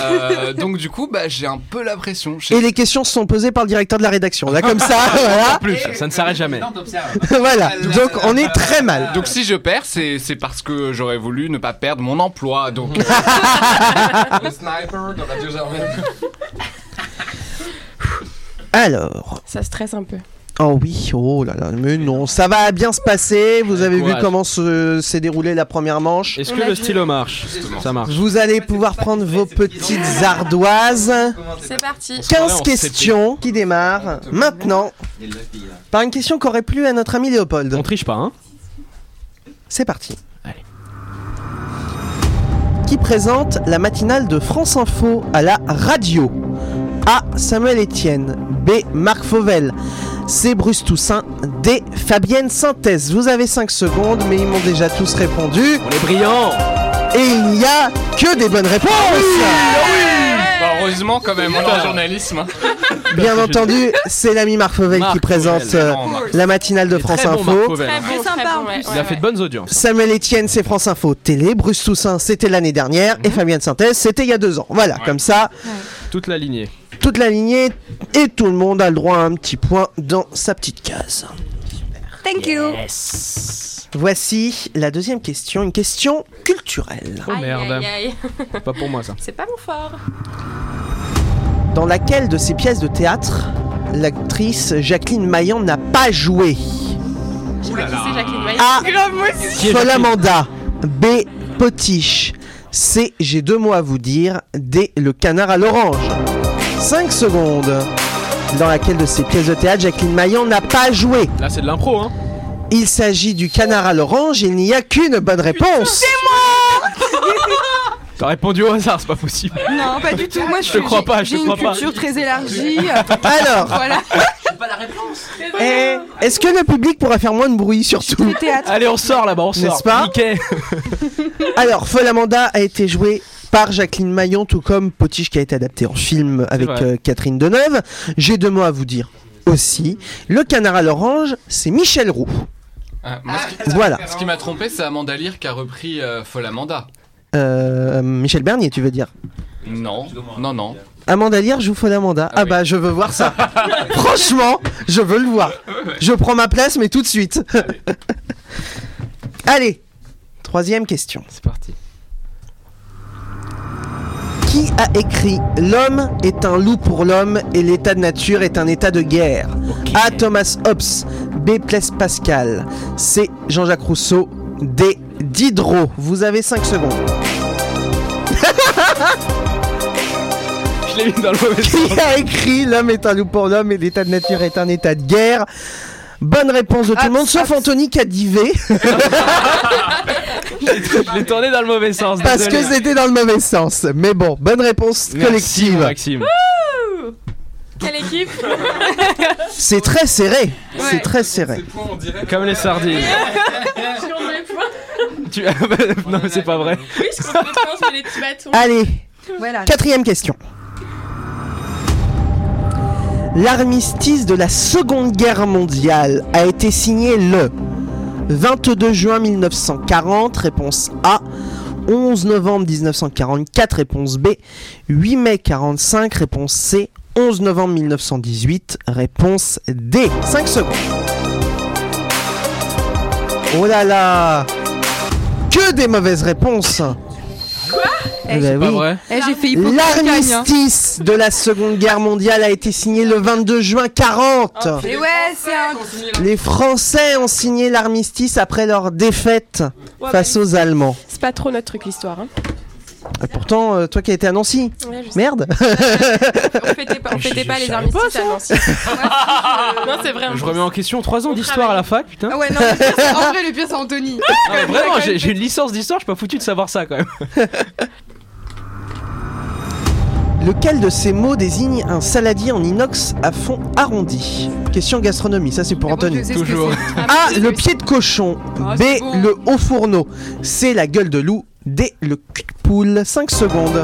F: Euh, donc du coup, bah, j'ai un peu la pression. Je sais
A: Et les questions sont posées par le directeur de la rédaction. Là, comme ça, voilà.
I: Plus, ça ne s'arrête jamais.
A: voilà. Donc, on est très mal.
F: Donc si je perds, c'est c'est parce que j'aurais voulu ne pas perdre mon emploi. Donc euh, le sniper de Radio Germaine.
A: Alors,
G: Ça stresse un peu.
A: oh oui, oh là là, mais non, ça va bien se passer. Vous avez vu
I: Courage.
A: comment se- s'est déroulée la première manche.
I: Est-ce
G: On
I: que
G: a
I: le
G: dit-
I: stylo marche Ça marche.
A: Vous allez pouvoir prendre vos petites ardoises.
G: C'est parti.
A: 15
I: on
A: questions qui démarrent maintenant par une question qu'aurait plu à notre ami Léopold.
I: On triche pas, hein
A: C'est parti.
I: Allez.
A: Qui présente la matinale de France Info à la radio A. Samuel Etienne. B. Marc Fauvel. C. Bruce Toussaint. D. Fabienne Synthèse. Vous avez 5 secondes, mais ils m'ont déjà tous répondu.
I: On est brillants
A: Et il n'y a que des bonnes réponses
F: Bah, heureusement quand même, on est en journalisme. hein.
A: Bien entendu, c'est l'ami Marc Fauvel
I: Marc
A: qui présente euh,
F: Non, Marc.
A: la matinale de
I: Il est très
A: France
I: bon,
A: Info.
I: Marc Fauvel.
G: Très bon,
H: sympa,
G: très
H: en
G: bon, ouais,
H: plus.
I: Il a
G: ouais,
I: fait de
G: ouais.
I: bonnes audiences.
A: Samuel Etienne, c'est France Info Télé. Bruce Toussaint, c'était l'année dernière. Et Fabien de Synthèse, c'était il y a deux ans. Voilà, comme ça,
I: Toute la lignée.
A: toute la lignée et tout le monde a le droit à un petit point dans sa petite case.
H: Thank you.
A: Voici la deuxième question, une question culturelle,
I: Oh
G: Aïe,
I: merde.
G: aïe, aïe.
I: Pas pour moi ça.
G: C'est pas mon fort.
A: dans laquelle de ces pièces de théâtre l'actrice Jacqueline Maillan n'a pas joué
G: Je sais pas qui c'est Jacqueline Maillet.
A: A.
I: Ah. Qui est
A: Solamanda, B. Potiche, C. J'ai deux mots à vous dire, D. Le canard à l'orange. 5 secondes dans laquelle de ces pièces de théâtre Jacqueline Maillan n'a pas joué.
I: Là c'est de l'impro, hein
A: Il s'agit du canard à l'orange, il n'y a qu'une bonne réponse.
I: T'as répondu au hasard, c'est pas possible.
H: Non, pas du tout. Moi, je,
I: te
H: suis-
I: crois
H: j'ai-
I: pas, je te
H: j'ai une
I: crois pas.
H: culture très élargie. euh,
A: Alors,
H: voilà.
A: eh, est-ce que le public pourrait faire moins de bruit surtout
H: Le théâtre.
I: Allez, on sort là-bas, on sort.
A: N'est-ce pas
I: Mickey.
A: Alors, Folamanda a été joué par Jacqueline Maillon, tout comme Potiche qui a été adapté en film avec
I: vrai.
A: euh, Catherine Deneuve. J'ai deux mots à vous dire aussi. Le canard à l'orange, c'est Michel Roux.
F: Ah, moi, ce qui-
A: Voilà.
F: Ce qui m'a trompé, c'est Amanda Lear qui a repris euh, Folamanda.
A: Euh, Michel Bernier, tu veux dire
F: Non, non, non.
A: Amanda Lear joue Folamanda. Ah,
F: oui.
A: bah, je veux voir ça. Franchement, je veux le voir. Je prends ma place, mais tout de suite. Allez, troisième question.
I: C'est parti.
A: Qui a écrit L'homme est un loup pour l'homme et l'état de nature est un état de guerre A. Thomas Hobbes. B. Blaise Pascal. C. Jean-Jacques Rousseau. D. Diderot. Vous avez 5 secondes.
I: Je l'ai mis dans le mauvais
A: Qui a écrit L'homme est un loup pour l'homme et l'état de nature est un état de guerre Bonne réponse de tout le monde, sauf Anthony qui a dit V,
I: Je l'ai tourné dans le mauvais sens.
A: parce que
I: désolé.
A: c'était dans le mauvais sens. Mais bon, bonne réponse
I: Merci,
A: collective.
I: Maxime.
G: Quelle équipe
A: C'est très serré. C'est
G: Ouais.
A: très serré.
I: Comme les sardines.
G: Je compte les points.
I: Tu- non, mais c'est pas vrai.
G: Oui, je compte les points, je mets les petits bâtons.
A: Allez,
H: Voilà.
A: quatrième question. L'armistice de la Seconde Guerre mondiale a été signé le 22 juin 1940, réponse A. 11 novembre 1944, réponse B. 8 mai 45, réponse C. 11 novembre 1918, réponse D. 5 secondes. Oh là là Que des mauvaises réponses Eh
H: Eh,
A: ben
I: Pas
A: oui.
I: vrai.
H: Eh, j'ai failli pour Cagne.
A: L'armistice de la Seconde Guerre mondiale a été signé le 22 juin 40.
H: Et ouais, c'est un.
A: Les Français ont signé l'armistice après leur défaite face aux Allemands.
G: C'est pas trop notre truc l'histoire. Hein.
A: Et pourtant, euh, toi qui as été à Nancy,
G: Ouais, je sais.
A: merde.
G: On fêtait pas, on fêtait pas les armistices à Nancy. non, c'est vrai.
I: Je remets en question 3 ans d'histoire à la fac, putain.
H: Ah ouais, non, le pire, c'est- en vrai, le pire, c'est Anthony.
I: Ah, mais vraiment, j'ai j'ai une licence d'histoire, je suis pas foutu de savoir ça quand même.
A: Lequel de ces mots désigne un saladier en inox à fond arrondi Question gastronomie, ça c'est pour
H: Mais bon,
A: Anthony.
H: je sais ce que
I: toujours.
H: Ah, c'est.
A: A. Le pied de cochon.
H: Ah,
A: B.
H: c'est bon.
A: Le haut fourneau. C. La gueule de loup. D. Le cul de poule. 5 secondes.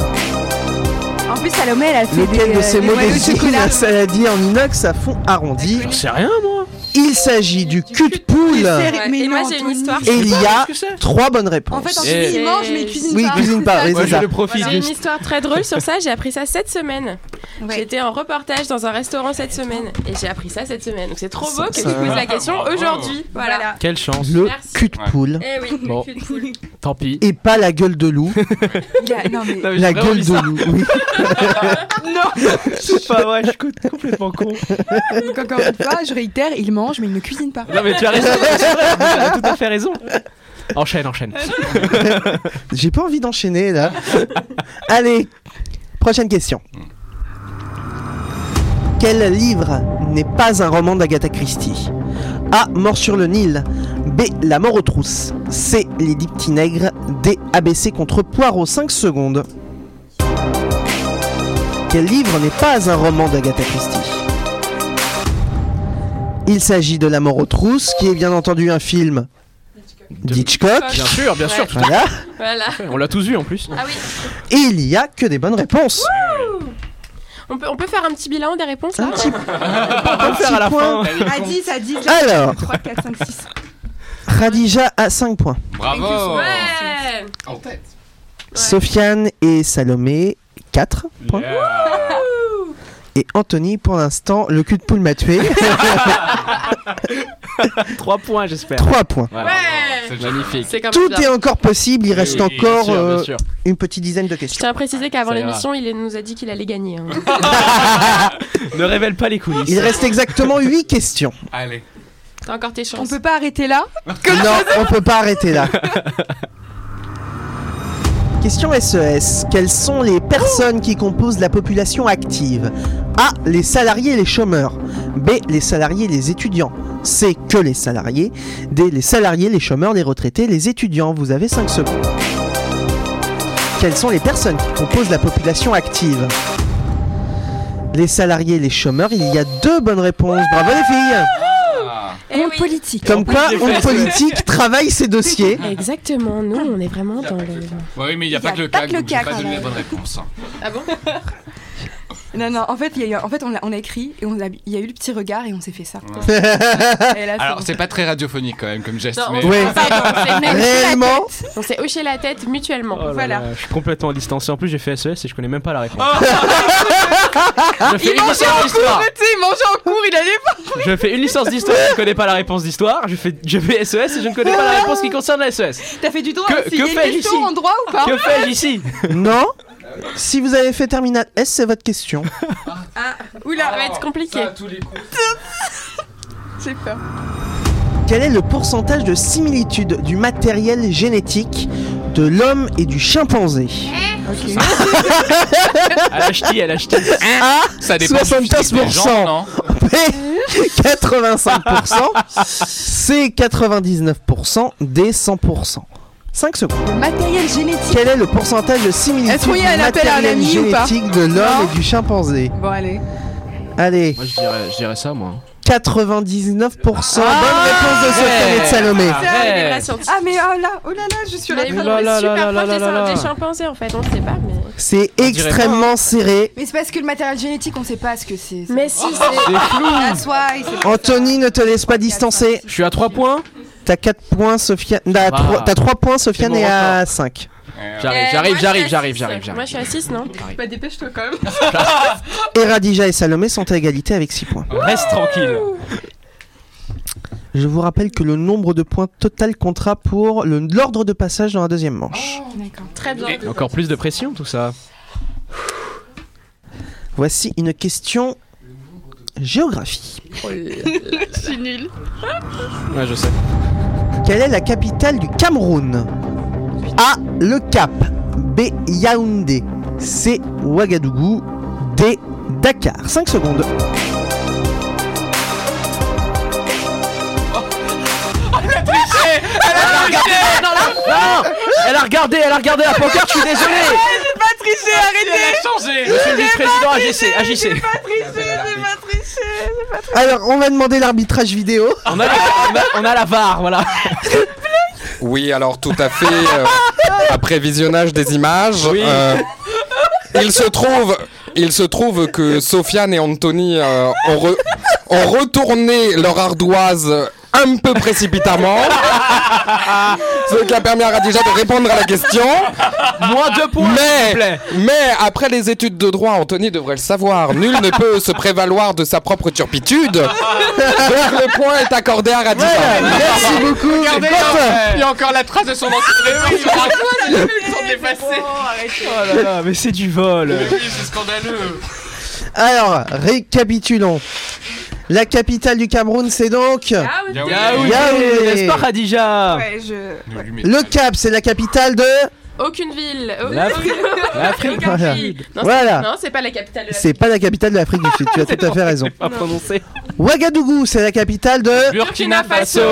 H: En plus, Salomé, elle a fait
A: Lequel
H: des,
A: de
H: euh,
A: ces
H: des
A: mots
H: noyaux de
A: désigne
H: chocolat.
A: un saladier en inox à fond arrondi
I: J'en sais rien, moi.
A: Il s'agit du cul de poule.
H: Ouais.
G: Mais
H: Mais
G: moi,
H: non,
G: j'ai une
H: Anthony.
G: histoire.
A: Et il y a
I: Qu'est-ce que c'est
A: trois bonnes réponses.
H: En fait,
I: Eh.
H: Anthony, il mange, mais il cuisine
A: oui,
H: pas.
A: cuisine pas, oui,
I: Moi,
A: c'est
I: je
A: ça.
I: le profite
G: J'ai une
I: juste.
G: histoire très drôle sur ça, j'ai appris ça cette semaine.
H: Ouais.
G: J'étais en reportage dans un restaurant cette semaine et j'ai appris ça cette semaine. Donc c'est trop beau que tu
A: ça-
G: poses la question
I: Oh.
G: aujourd'hui. Voilà.
I: Quelle chance.
A: Le
G: Merci.
A: cul de poule
G: Eh oui,
I: Bon.
G: le cul de poule.
I: Tant pis.
A: et pas la gueule de loup.
H: Il a- Non, mais.
I: Non, mais j'ai
A: la
I: vraiment
A: gueule
I: dit
A: de
I: ça.
A: loup, oui.
I: Non, c'est pas vrai, je suis complètement con.
H: Donc, encore une fois, je réitère, il mange, mais il ne cuisine pas.
I: Non, mais tu as raison, c'est vrai, vous avez tout à fait raison. Enchaîne, enchaîne.
A: J'ai pas envie d'enchaîner là. Allez, prochaine question. Quel livre n'est pas un roman d'Agatha Christie A. Mort sur le Nil. B. La mort aux trousses. C. Les dix petits nègres. D. ABC contre Poirot. 5 secondes. Quel livre n'est pas un roman d'Agatha Christie Il s'agit de La mort aux trousses, qui est bien entendu un film d'Hitchcock.
I: Bien sûr, bien sûr, tout à
A: Voilà.
G: Voilà.
I: fait. On l'a tous vu en plus.
G: Ah oui.
A: Et il y a que des bonnes réponses.
G: On peut, on peut faire un petit bilan des réponses
A: Un
G: là
A: petit
I: On va le faire à la fin.
H: À 10, à 10.
A: Alors.
H: 3, 4, 5, 6.
A: Khadija a 5 points.
F: Bravo
G: Ouais.
F: En tête.
A: Sofiane et Salomé 4 points. Et Anthony, pour l'instant, le cul de poule m'a tué.
I: 3 points, j'espère.
A: 3 points.
I: Voilà.
G: Ouais.
F: C'est
I: Magnifique.
G: C'est quand même
A: Tout
G: bien.
A: est encore possible, il reste
I: Oui, oui, bien
A: encore
I: sûr, bien
A: euh,
I: sûr.
A: une petite dizaine de
G: Je
A: questions.
G: tiens à préciser qu'avant
I: Ça ira.
G: l'émission, il nous a dit qu'il allait gagner. hein.
I: Ne révèle pas les coulisses.
A: Il reste exactement 8 questions.
F: Allez.
G: T'as encore tes chances.
H: On peut pas arrêter là.
A: Non, on peut pas arrêter là. Question SES. Quelles sont les personnes qui composent la population active A. Les salariés et les chômeurs. B. Les salariés et les étudiants. C. Que les salariés. D. Les salariés, les chômeurs, les retraités, les étudiants. Vous avez 5 secondes. Quelles sont les personnes qui composent la population active Les salariés et les chômeurs. Il y a deux bonnes réponses. Bravo les filles
G: Eh
H: Monde
G: oui.
H: politique.
A: Comme quoi,
I: j'ai
A: on
I: fait.
A: politique travaille ses dossiers.
G: Exactement, nous on est vraiment dans le.
F: Ouais, oui, mais il n'y a, pas que le
H: pas
F: CAC,
H: que le
F: donc j'ai
H: CAC,
F: pas donné
H: hein.
F: la bonne réponse.
G: Ah bon
H: Non, non, en fait, il y a eu- en fait on, a, on a écrit et on a, il y a eu le petit regard et on s'est fait ça. Et là,
F: Alors,
H: bon.
F: c'est pas très radiophonique quand même comme geste,
G: Non,
F: mais...
G: on-
A: Ouais.
G: on s'est-
A: Réellement
G: On s'est hoché la tête
I: Oh là
G: mutuellement.
I: là,
H: Voilà. Oh.
I: je suis complètement distancé. En plus, j'ai fait SES et je connais même pas la réponse. je fais une
H: mangeait
I: licence d'histoire.
H: Tu sais, il mangeait en cours, il allait pas.
I: Je fais une licence d'histoire, je ne connais pas la réponse d'histoire. Je fais, je fais SES et je ne connais pas la réponse qui concerne la SES.
H: T'as fait du
G: Oh,
H: droit
I: Que-
H: aussi.
I: que
H: Il y a
I: fais-je
H: une
I: ici
H: question en droit ou pas
I: Que fais-je ici
A: Non Si vous avez fait Terminal S, c'est votre question.
G: Oula, ça va être compliqué.
H: J'ai peur.
A: Quel est le pourcentage de similitude du matériel génétique de l'homme et du chimpanzé
I: Elle a acheté, elle a acheté.
A: A
F: Ça dépend du physique des gens,
A: 75%,
F: non
A: 85%, c'est 99% des 100%. 5 secondes.
H: Matériel génétique.
A: Quel est le pourcentage de similitude
D: Est-ce qu'il y a un appel à un
A: matériel
D: ami ou pas
A: génétique de l'homme
D: Non.
A: et du chimpanzé
D: Bon, allez.
A: Allez,
I: Moi, je dirais, je dirais ça, moi.
A: 99%. Bonne réponse
D: Ah,
A: de Sofiane et de Salomé.
G: C'est un débat scientifique.
H: Ah mais oh là, oh là là, je suis là.
G: Mais oui,
I: là
G: on est
I: là
G: super
I: là là
G: proche des-
I: là là.
G: des chimpanzés en fait, on le sait pas. Mais,
A: C'est
I: dirait
A: extrêmement serré.
H: Mais c'est parce que le matériel génétique, on sait pas ce que c'est. Ah,
G: mais si, c'est.
H: La soie, et c'est-
A: Anthony, ne te laisse pas distancer.
I: Je suis à 3 points.
A: T'as 4 points, Sofiane. T'as
I: Wow.
A: 3, points, Sofiane
I: C'est
A: est
I: mon
A: à 5.
I: J'arrive,
G: Eh,
I: j'arrive,
G: moi, je suis
I: j'arrive,
G: à
I: j'arrive,
G: six.
I: j'arrive,
G: Moi je
I: j'arrive.
G: suis à 6, non
D: Bah, dépêche-toi quand même.
A: Et Radija et Salomé sont à égalité avec 6 points.
I: Reste tranquille.
A: Je vous rappelle que le nombre de points total comptera pour le- l'ordre de passage dans la deuxième manche.
H: D'accord.
G: Très bien.
I: Encore plus de pression, tout ça.
A: Voici une question géographie.
D: Je suis nulle.
I: Ouais, je sais.
A: Quelle est la capitale du Cameroun A. Le Cap. B. Yaoundé. C. Ouagadougou. D. Dakar. 5 secondes.
I: Non Elle a regardé, elle a regardé la pancarte, je suis désolé
C: Ah,
I: Ah, Monsieur le vice-président, agissez, agissez
A: Alors, on va demander l'arbitrage vidéo.
E: Ah,
I: on a, la, on, a, on a la VAR, voilà
C: Oui, alors tout à fait. euh, après visionnage des images,
I: Oui.
C: euh, il se trouve, il se trouve que Sofiane et Anthony euh, ont, re- ont retourné leur ardoise un peu précipitamment, ce qui a permis à Radija de répondre à la question.
I: Moins deux points, s'il vous
C: Mais,
I: plaît
C: mais après les études de droit, Anthony devrait le savoir. Nul ne peut se prévaloir de sa propre turpitude. Donc le point est accordé à Radija.
A: Merci beaucoup.
F: Regardez,
A: Quand-
F: il y a encore la trace de son ancien
I: Oh là là, mais c'est du vol
F: C'est scandaleux.
A: Alors, récapitulons. La capitale du Cameroun, c'est donc
G: Ah oui.
I: Yaoundé,
A: Yaoundé.
I: n'est-ce pas Khadija
H: Ouais, je.
A: le Cap, c'est la capitale de.
G: Aucune ville. Aucune-
I: L'Afrique. L'Afrique.
G: Aucun pays. Non, c'est-
A: Voilà.
G: Non, c'est pas la capitale de
A: C'est
G: l'Afrique.
A: pas la capitale de l'Afrique du Sud. Tu as tout à fait raison.
I: Pas prononcé
A: Ouagadougou, c'est la capitale de.
I: Burkina Faso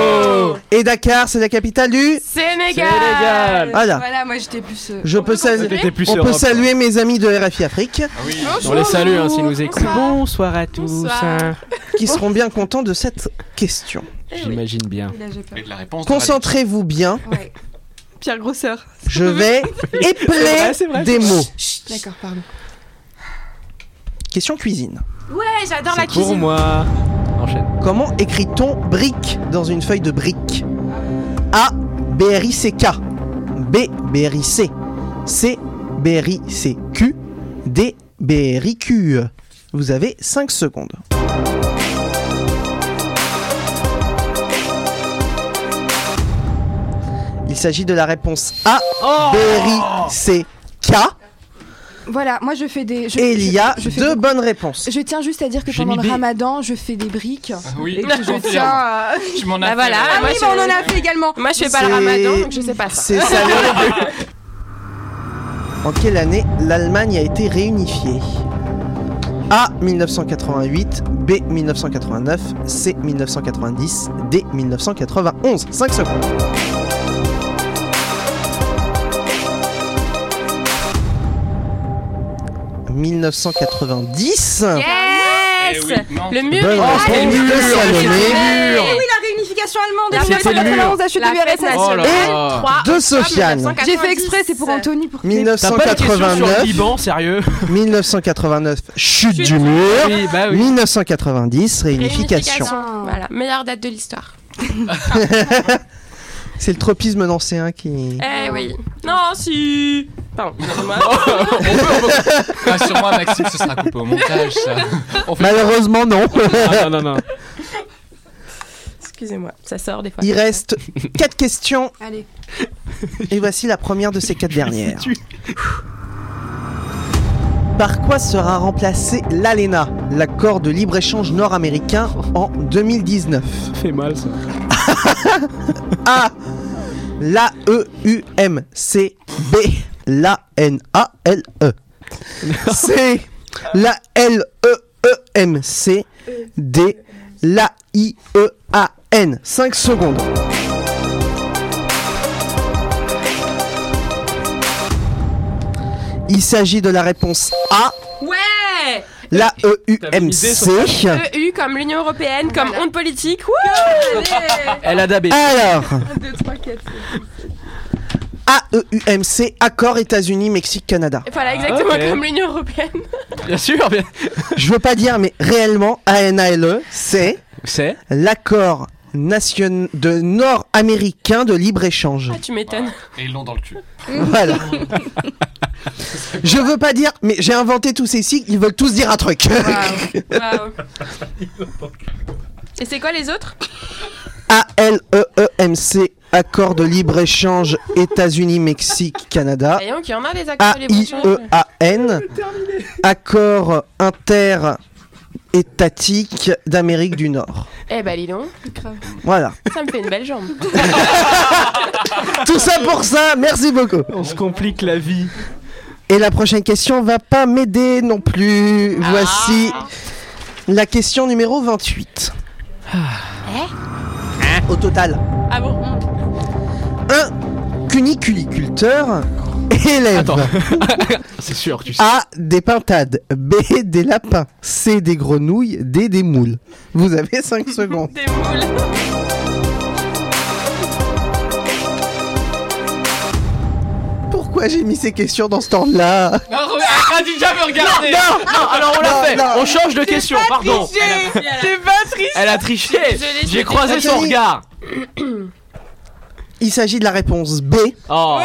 A: Et Dakar, c'est la capitale du.
G: Sénégal.
I: Sénégal.
A: Voilà.
H: Voilà, moi j'étais plus. euh,
A: Je
G: On
A: peux
G: peut
A: saluer.
G: continuer
I: C'était plus
A: On peut
I: Europe. hein.
A: saluer mes amis de RFI Afrique
I: On les salue, hein, s'ils nous écoutent.
G: Bonsoir.
I: Bonsoir à tous
G: Bonsoir.
I: hein.
A: qui seront bien contents de cette question.
G: Eh oui.
I: J'imagine bien.
H: Là, j'ai peur.
F: Et de la réponse. de
A: Concentrez-vous bien,
H: Ouais.
D: Pierre Grosseur.
A: je vais épeler
I: c'est vrai.
A: des mots.
H: D'accord, pardon.
A: Question cuisine.
G: Ouais, j'adore la
I: C'est pour
G: cuisine.
I: moi Enchaîne.
A: Comment écrit-on brique dans une feuille de brique A. B-R-I-C-K B. B-R-I-C C. B-R-I-C-Q D. B-R-I-Q Vous avez 5 secondes. Il s'agit de la réponse A.
H: Oh
A: B-R-I-C-K
H: Voilà, moi je fais des. Je,
A: Et il y a
H: je- je fais
A: deux
H: des-
A: bonnes réponses.
H: Je tiens juste à dire que
I: J'ai
H: pendant
I: mis
H: le
I: B.
H: ramadan, je fais des briques.
F: Ah Oui,
H: Et que je tiens à-
F: Tu m'en as
G: Bah voilà.
F: fait,
H: Ah
G: moi,
H: oui,
G: je-
H: bah, on en a fait également.
G: Moi, je fais pas le
A: C'est-
G: ramadan, donc je sais pas ça.
A: C'est Salomé. en quelle année l'Allemagne a été réunifiée A 1988, B 1989, C 1990, D 1991. 5 secondes. « 1990
G: Yes.
F: Eh oui, non.
G: Le mur.
A: Bonne
G: Ah,
A: réponse
G: le
A: de
G: mur.
A: Salomé.
G: Le mur.
H: La réunification allemande
G: La
H: et
G: fête
I: nulle.
H: à
G: La fête
I: Oh là
G: nationale.
I: là.
G: 3
A: De Oh, Sofiane.
H: J'ai fait exprès, c'est pour Anthony. Pour que-
I: T'as pas de question sur le
A: 1989,
I: Liban, sérieux
A: 1989, chute
G: Chute
A: du mur.
I: Oui,
E: Ah
I: bah oui.
A: 1990, réunification.
G: Réunification. Voilà, meilleure date de l'histoire.
A: C'est le tropisme nancéen qui.
G: Eh oui. Non, si. Pardon, Oh, excusez-moi.
F: Rassure-moi, Ah, Maxime, ce sera coupé au montage. Ça.
A: Malheureusement, non.
I: Ah, non, non, non.
G: Excusez-moi, ça sort des fois.
A: Il reste quatre questions
H: Allez.
A: et voici la première de ces quatre dernières. Par quoi sera remplacé l'ALENA, l'accord de libre-échange nord-américain en 2019
I: Fait mal, ça.
A: A. E L'AEUMC. B. L'ANALE. C. La L E E M C D L A I E A N. 5 secondes. Il s'agit de la réponse A,
G: Ouais
A: la E U
I: T'avais une
A: M
I: idée
A: C.
I: sur
G: EU comme l'Union Européenne, comme honte politique. Wouh
I: Elle a dabé.
A: Alors,
G: 2, 3, 4.
A: A E U M C, accord États-Unis, Mexique, Canada.
G: Voilà, exactement
I: Ok.
G: comme l'Union Européenne.
I: Bien sûr, bien.
A: Je veux pas dire, mais réellement, ANALE, E, c'est
I: C'est
A: l'accord nation... de nord-américain de libre-échange.
G: Ah, tu m'étonnes.
F: Et ils l'ont dans le cul.
A: Voilà. Je veux pas dire, mais j'ai inventé tous ces sigles, ils veulent tous dire un truc.
G: Waouh. Waouh. Et c'est quoi les autres
A: E A-L-E-E-M-C, accord de libre-échange États-Unis, Mexique, Canada.
G: Voyons qu'il y en a des
A: Ah,
G: accords de
A: E,
G: libre-échange.
A: A-I-E-A-N, accord inter-étatique d'Amérique du Nord.
G: Eh bah, dis donc,
A: Voilà.
G: ça me fait une belle jambe.
A: Tout ça pour ça, merci beaucoup.
I: On se complique la vie.
A: Et la prochaine question va pas m'aider non plus. Voici
I: Ah.
A: la question numéro 28.
I: Eh
A: Au total,
G: Ah bon
A: un cuniculiculteur élève
I: Attends. Ah, C'est sûr, tu sais.
A: A des pintades, B des lapins, C des grenouilles, D des moules. Vous avez 5 secondes.
G: Des moules.
A: Pourquoi j'ai mis ces questions dans ce temps-là
F: Non, ah, dis jamais regardé
I: Non, alors on l'a
A: Non,
I: fait.
A: non.
I: On change de
G: Oh,
I: question, pardon.
G: J'ai pas triché
I: Elle a triché.
G: l'ai
I: J'ai
G: dit.
I: croisé son
A: Ok.
I: regard.
A: Il s'agit de la réponse B
I: Oh.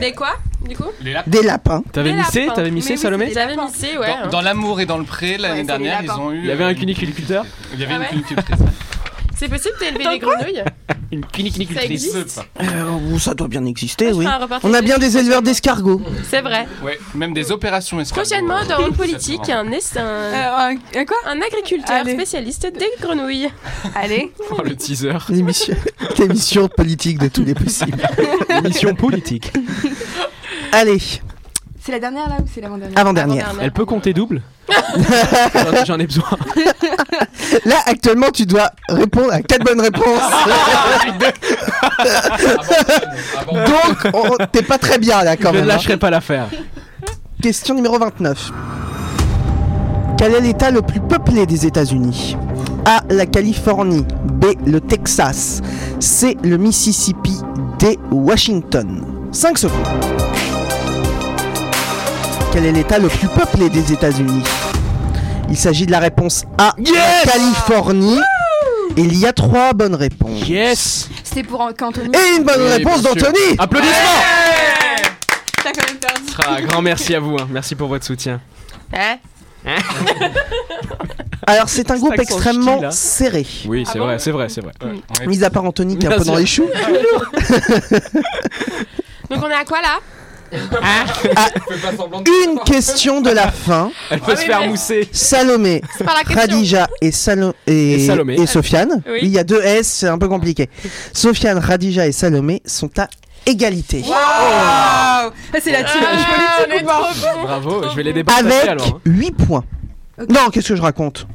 G: Des quoi, du coup
F: Les lapins.
A: des lapins.
I: T'avais
G: Des
I: missé,
G: lapins.
I: t'avais missé,
H: Mais oui,
I: Salomé
G: J'avais missé, ouais.
F: Dans, dans l'amour et dans le pré, l'année
G: hein. Ouais, c'est les
F: dernière, ils
G: lapins.
F: ont eu.
I: Il y avait un
F: euh,
I: cuniculteur.
F: Il y avait
G: Ah ouais
F: une cunicultrice.
G: C'est possible d'élever des grenouilles
I: Une
G: Ça
I: cunicultrice.
G: existe
A: Euh, ça doit bien exister,
G: Je
A: Eh oui.
G: ferai un reportage
A: On a bien des
G: là-dessus.
A: éleveurs d'escargots.
G: C'est vrai.
F: Ouais, même des opérations escargots.
G: Prochainement, dans Honte Politique, il y a un, es- un,
H: Euh, un- un quoi
G: un agriculteur
H: Allez.
G: spécialiste des grenouilles.
H: Allez.
I: Oh, le teaser.
A: L'émission l'émission politique de tous les possibles.
I: Émission politique.
A: Allez,
H: C'est la dernière là ou c'est l'avant-dernière
A: avant-dernière.
I: Elle peut compter double J'en ai besoin.
A: Là, actuellement, tu dois répondre à 4 bonnes réponses. Donc, on- t'es pas très bien là quand
I: Je ne
A: même. hein.
I: lâcherai pas l'affaire.
A: Question numéro 29. Quel est l'état le plus peuplé des États-Unis A. La Californie. B. Le Texas. C. Le Mississippi. D. Washington. 5 secondes. Quel est l'état le plus peuplé des États-Unis Il s'agit de la réponse A. La Californie. Il y a trois bonnes réponses.
I: Yes Eh,
H: C'était pour euh, qu'Anthony.
A: Et une bonne
F: Oui,
A: réponse
F: bien sûr.
A: d'Anthony
I: Applaudissements
H: T'as quand même perdu.
I: Ah, Grand merci à vous, hein. merci pour votre soutien.
G: Hein
A: Alors c'est un groupe
I: accent ch'ti,
A: extrêmement
I: là.
A: serré.
I: Oui, c'est
G: bon
I: vrai, c'est vrai, c'est vrai.
F: On est-
A: Mis à part Anthony qui est un
I: Bien
A: peu dans
I: sûr.
A: les choux.
G: Eh. Donc on est à quoi là
A: une question de la fin.
I: Elle peut se faire mousser.
A: Salomé,
G: C'est par la question.
A: Radija et, Salo- et,
I: Et Salomé.
A: et Sofiane.
G: Oui.
A: Il y a deux S, c'est un peu compliqué. Sofiane, Radija et Salomé sont à égalité.
H: Waouh Ah, C'est la team.
G: Ah, on est trop bon.
I: Bravo, je vais les dépasser
A: Avec
I: alors. hein.
A: 8 points. Non, qu'est-ce que je raconte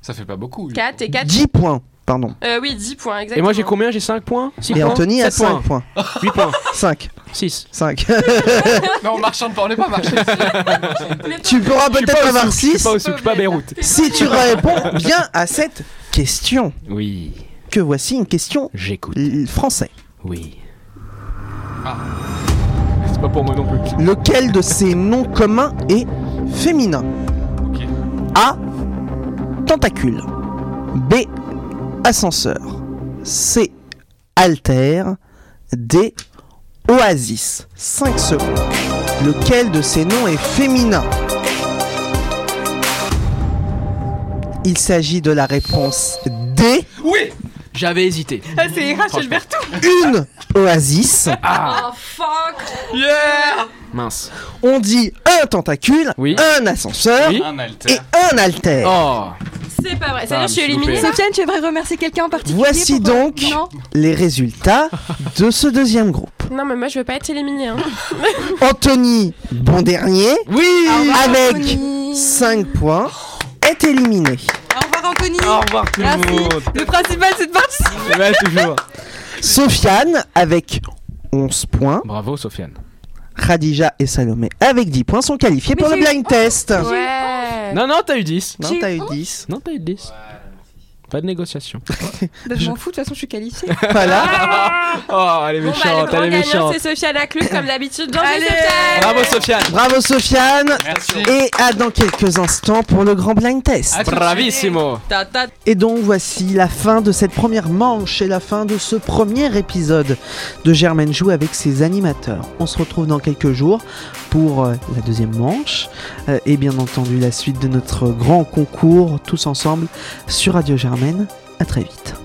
F: Ça fait pas beaucoup.
G: 4 et 4.
A: 10 points, pardon.
G: Euh, oui, 10 points, exactement.
I: Et moi j'ai combien J'ai 5 points
A: Et
I: 6 points
A: Anthony a
I: 7
A: 5
I: points
A: points.
I: 8 points
A: 5,
I: 6.
A: 5.
F: Non, on marchande pas, on n'est pas marchand.
A: tu pourras peut-être avoir
I: Je suis
A: 6
I: pas au souk, je suis pas à Beyrouth.
A: si tu réponds bien à cette question.
I: Oui,
A: Que voici une question
I: j'écoute.
A: l- français.
I: Oui. C'est pas pour moi non plus.
A: Lequel de ces noms communs est féminin
F: Ok.
A: A. Tentacule. B. Ascenseur. C. Alter. D. Oasis. 5 secondes. Lequel de ces noms est féminin Il s'agit de la réponse D.
I: J'avais hésité.
H: Ah, c'est RH Alberto.
A: Une Oasis.
G: Oh fuck
I: Mince.
A: On dit un tentacule,
I: Oui.
A: un ascenseur
I: Oui.
F: Un
A: et
F: alter.
A: un alter.
I: Oh
G: C'est pas vrai. C'est-à-dire que je suis
I: je me suis
G: éliminée
I: loupé.
G: là
H: Sofiane, tu aimerais remercier quelqu'un en particulier
A: Voici
H: pour-
A: donc-
H: Non.
A: Les résultats de ce deuxième groupe.
G: Non, mais moi je veux pas être éliminée. Hein.
A: Anthony, bon dernier,
I: Oui
A: avec
H: Anthony.
A: 5 points. est éliminé.
H: Au revoir Anthony.
I: Au revoir tout
H: Merci.
I: le monde.
H: Le principal c'est de participer.
I: Ouais, toujours.
A: Sofiane avec 11 points.
I: Bravo, Sofiane.
A: Khadija et Salomé avec 10 points sont qualifiés pour le
H: j'ai eu
A: blind test.
G: Ouais.
I: Non, non, t'as eu 10.
A: Non, t'as eu 10.
I: Non, t'as eu 10. Pas de négociation.
H: Bah, je m'en fous, de toute façon je suis qualifiée. Ah.
A: Voilà.
I: Oh, elle est
G: Bon, bah,
I: méchante,
G: le grand
I: elle est
G: gagnant,
I: méchante. Ah.
G: c'est Sophia Lacluse, comme d'habitude. Bien joué,
H: Allez.
G: Sophia.
I: Bravo, Sofiane.
A: Bravo Sofiane.
F: Merci.
A: Et à dans quelques instants pour le grand blind test.
F: À tout de suite.
I: Bravissimo.
G: Ta, ta,
A: Et donc voici la fin de cette première manche et la fin de ce premier épisode de Germaine Joue avec ses animateurs. On se retrouve dans quelques jours pour euh, la deuxième manche euh, et bien entendu la suite de notre grand concours tous ensemble sur Radio Germaine. À très vite.